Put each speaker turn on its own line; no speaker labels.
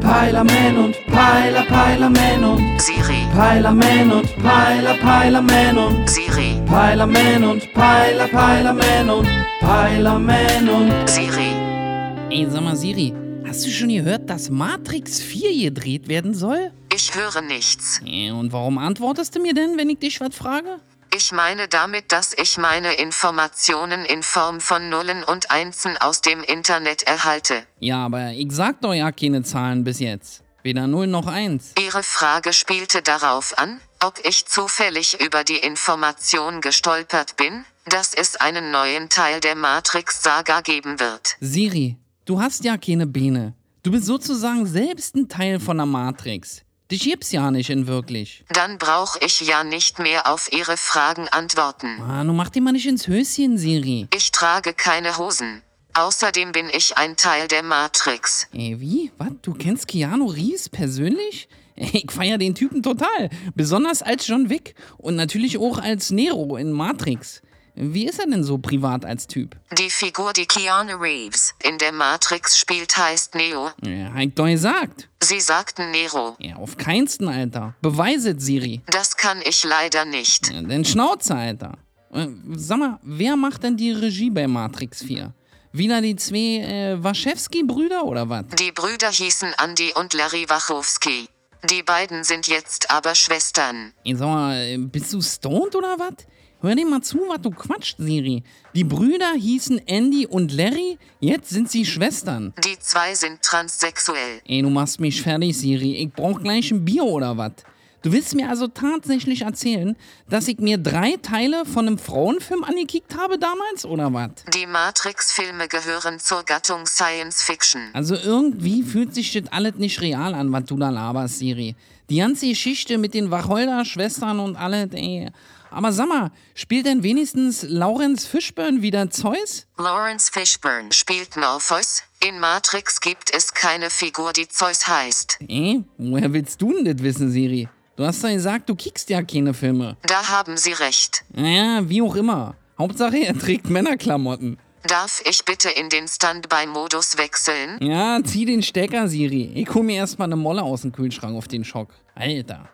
Peilerman und Peiler, Peilerman und
Siri,
Peilerman und Peiler, Peilerman und
Siri,
Peilerman und Peiler, Peilerman und Peilerman und
Siri.
Ey, sag mal, Siri, hast du schon gehört, dass Matrix 4 gedreht werden soll?
Ich höre nichts.
Äh, Und warum antwortest du mir denn, wenn ich dich was frage?
Ich meine damit, dass ich meine Informationen in Form von Nullen und Einsen aus dem Internet erhalte.
Ja, aber ich sag doch ja keine Zahlen bis jetzt. Weder 0 noch 1.
Ihre Frage spielte darauf an, ob ich zufällig über die Information gestolpert bin, dass es einen neuen Teil der Matrix-Saga geben wird.
Siri, du hast ja keine Beine. Du bist sozusagen selbst ein Teil von der Matrix. Dich gibt's ja nicht in wirklich.
Dann brauche ich ja nicht mehr auf Ihre Fragen antworten.
Ah, nun mach dir mal nicht ins Höschen, Siri.
Ich trage keine Hosen. Außerdem bin ich ein Teil der Matrix.
Ey, Äh, wie? Was? Du kennst Keanu Reeves persönlich? Ey, Ich feier den Typen total. Besonders als John Wick und natürlich auch als Nero in Matrix. Wie ist er denn so privat als Typ?
Die Figur, die Keanu Reeves in der Matrix spielt, heißt Neo.
Ja, hab ich doch gesagt.
Sie sagten Nero.
Ja, auf keinsten, Alter. Beweiset, Siri.
Das kann ich leider nicht.
Ja, Denn Schnauze, Alter. Äh, Sag mal, wer macht denn die Regie bei Matrix 4? Wieder die zwei äh, Waschewski-Brüder oder was?
Die Brüder hießen Andy und Larry Wachowski. Die beiden sind jetzt aber Schwestern.
Ey, Sag mal, äh, bist du stoned oder was? Hör dir mal zu, was du quatscht, Siri. Die Brüder hießen Andy und Larry, jetzt sind sie Schwestern.
Die zwei sind transsexuell.
Ey, du machst mich fertig, Siri. Ich brauch gleich ein Bier oder was? Du willst mir also tatsächlich erzählen, dass ich mir drei Teile von einem Frauenfilm angekickt habe damals oder was?
Die Matrix-Filme gehören zur Gattung Science Fiction.
Also irgendwie fühlt sich das alles nicht real an, was du da laberst, Siri. Die ganze Geschichte mit den Wacholder-Schwestern und alles, ey. Aber sag mal, spielt denn wenigstens Lawrence Fishburne wieder Zeus?
Lawrence Fishburne spielt Morpheus. In Matrix gibt es keine Figur, die Zeus heißt.
Ey, woher willst du denn das wissen, Siri? Du hast doch gesagt, du kickst ja keine Filme.
Da haben Sie recht.
Naja, wie auch immer. Hauptsache, er trägt Männerklamotten.
Darf ich bitte in den Standby-Modus wechseln?
Ja, zieh den Stecker, Siri. Ich hol mir erstmal eine Molle aus dem Kühlschrank auf den Schock. Alter.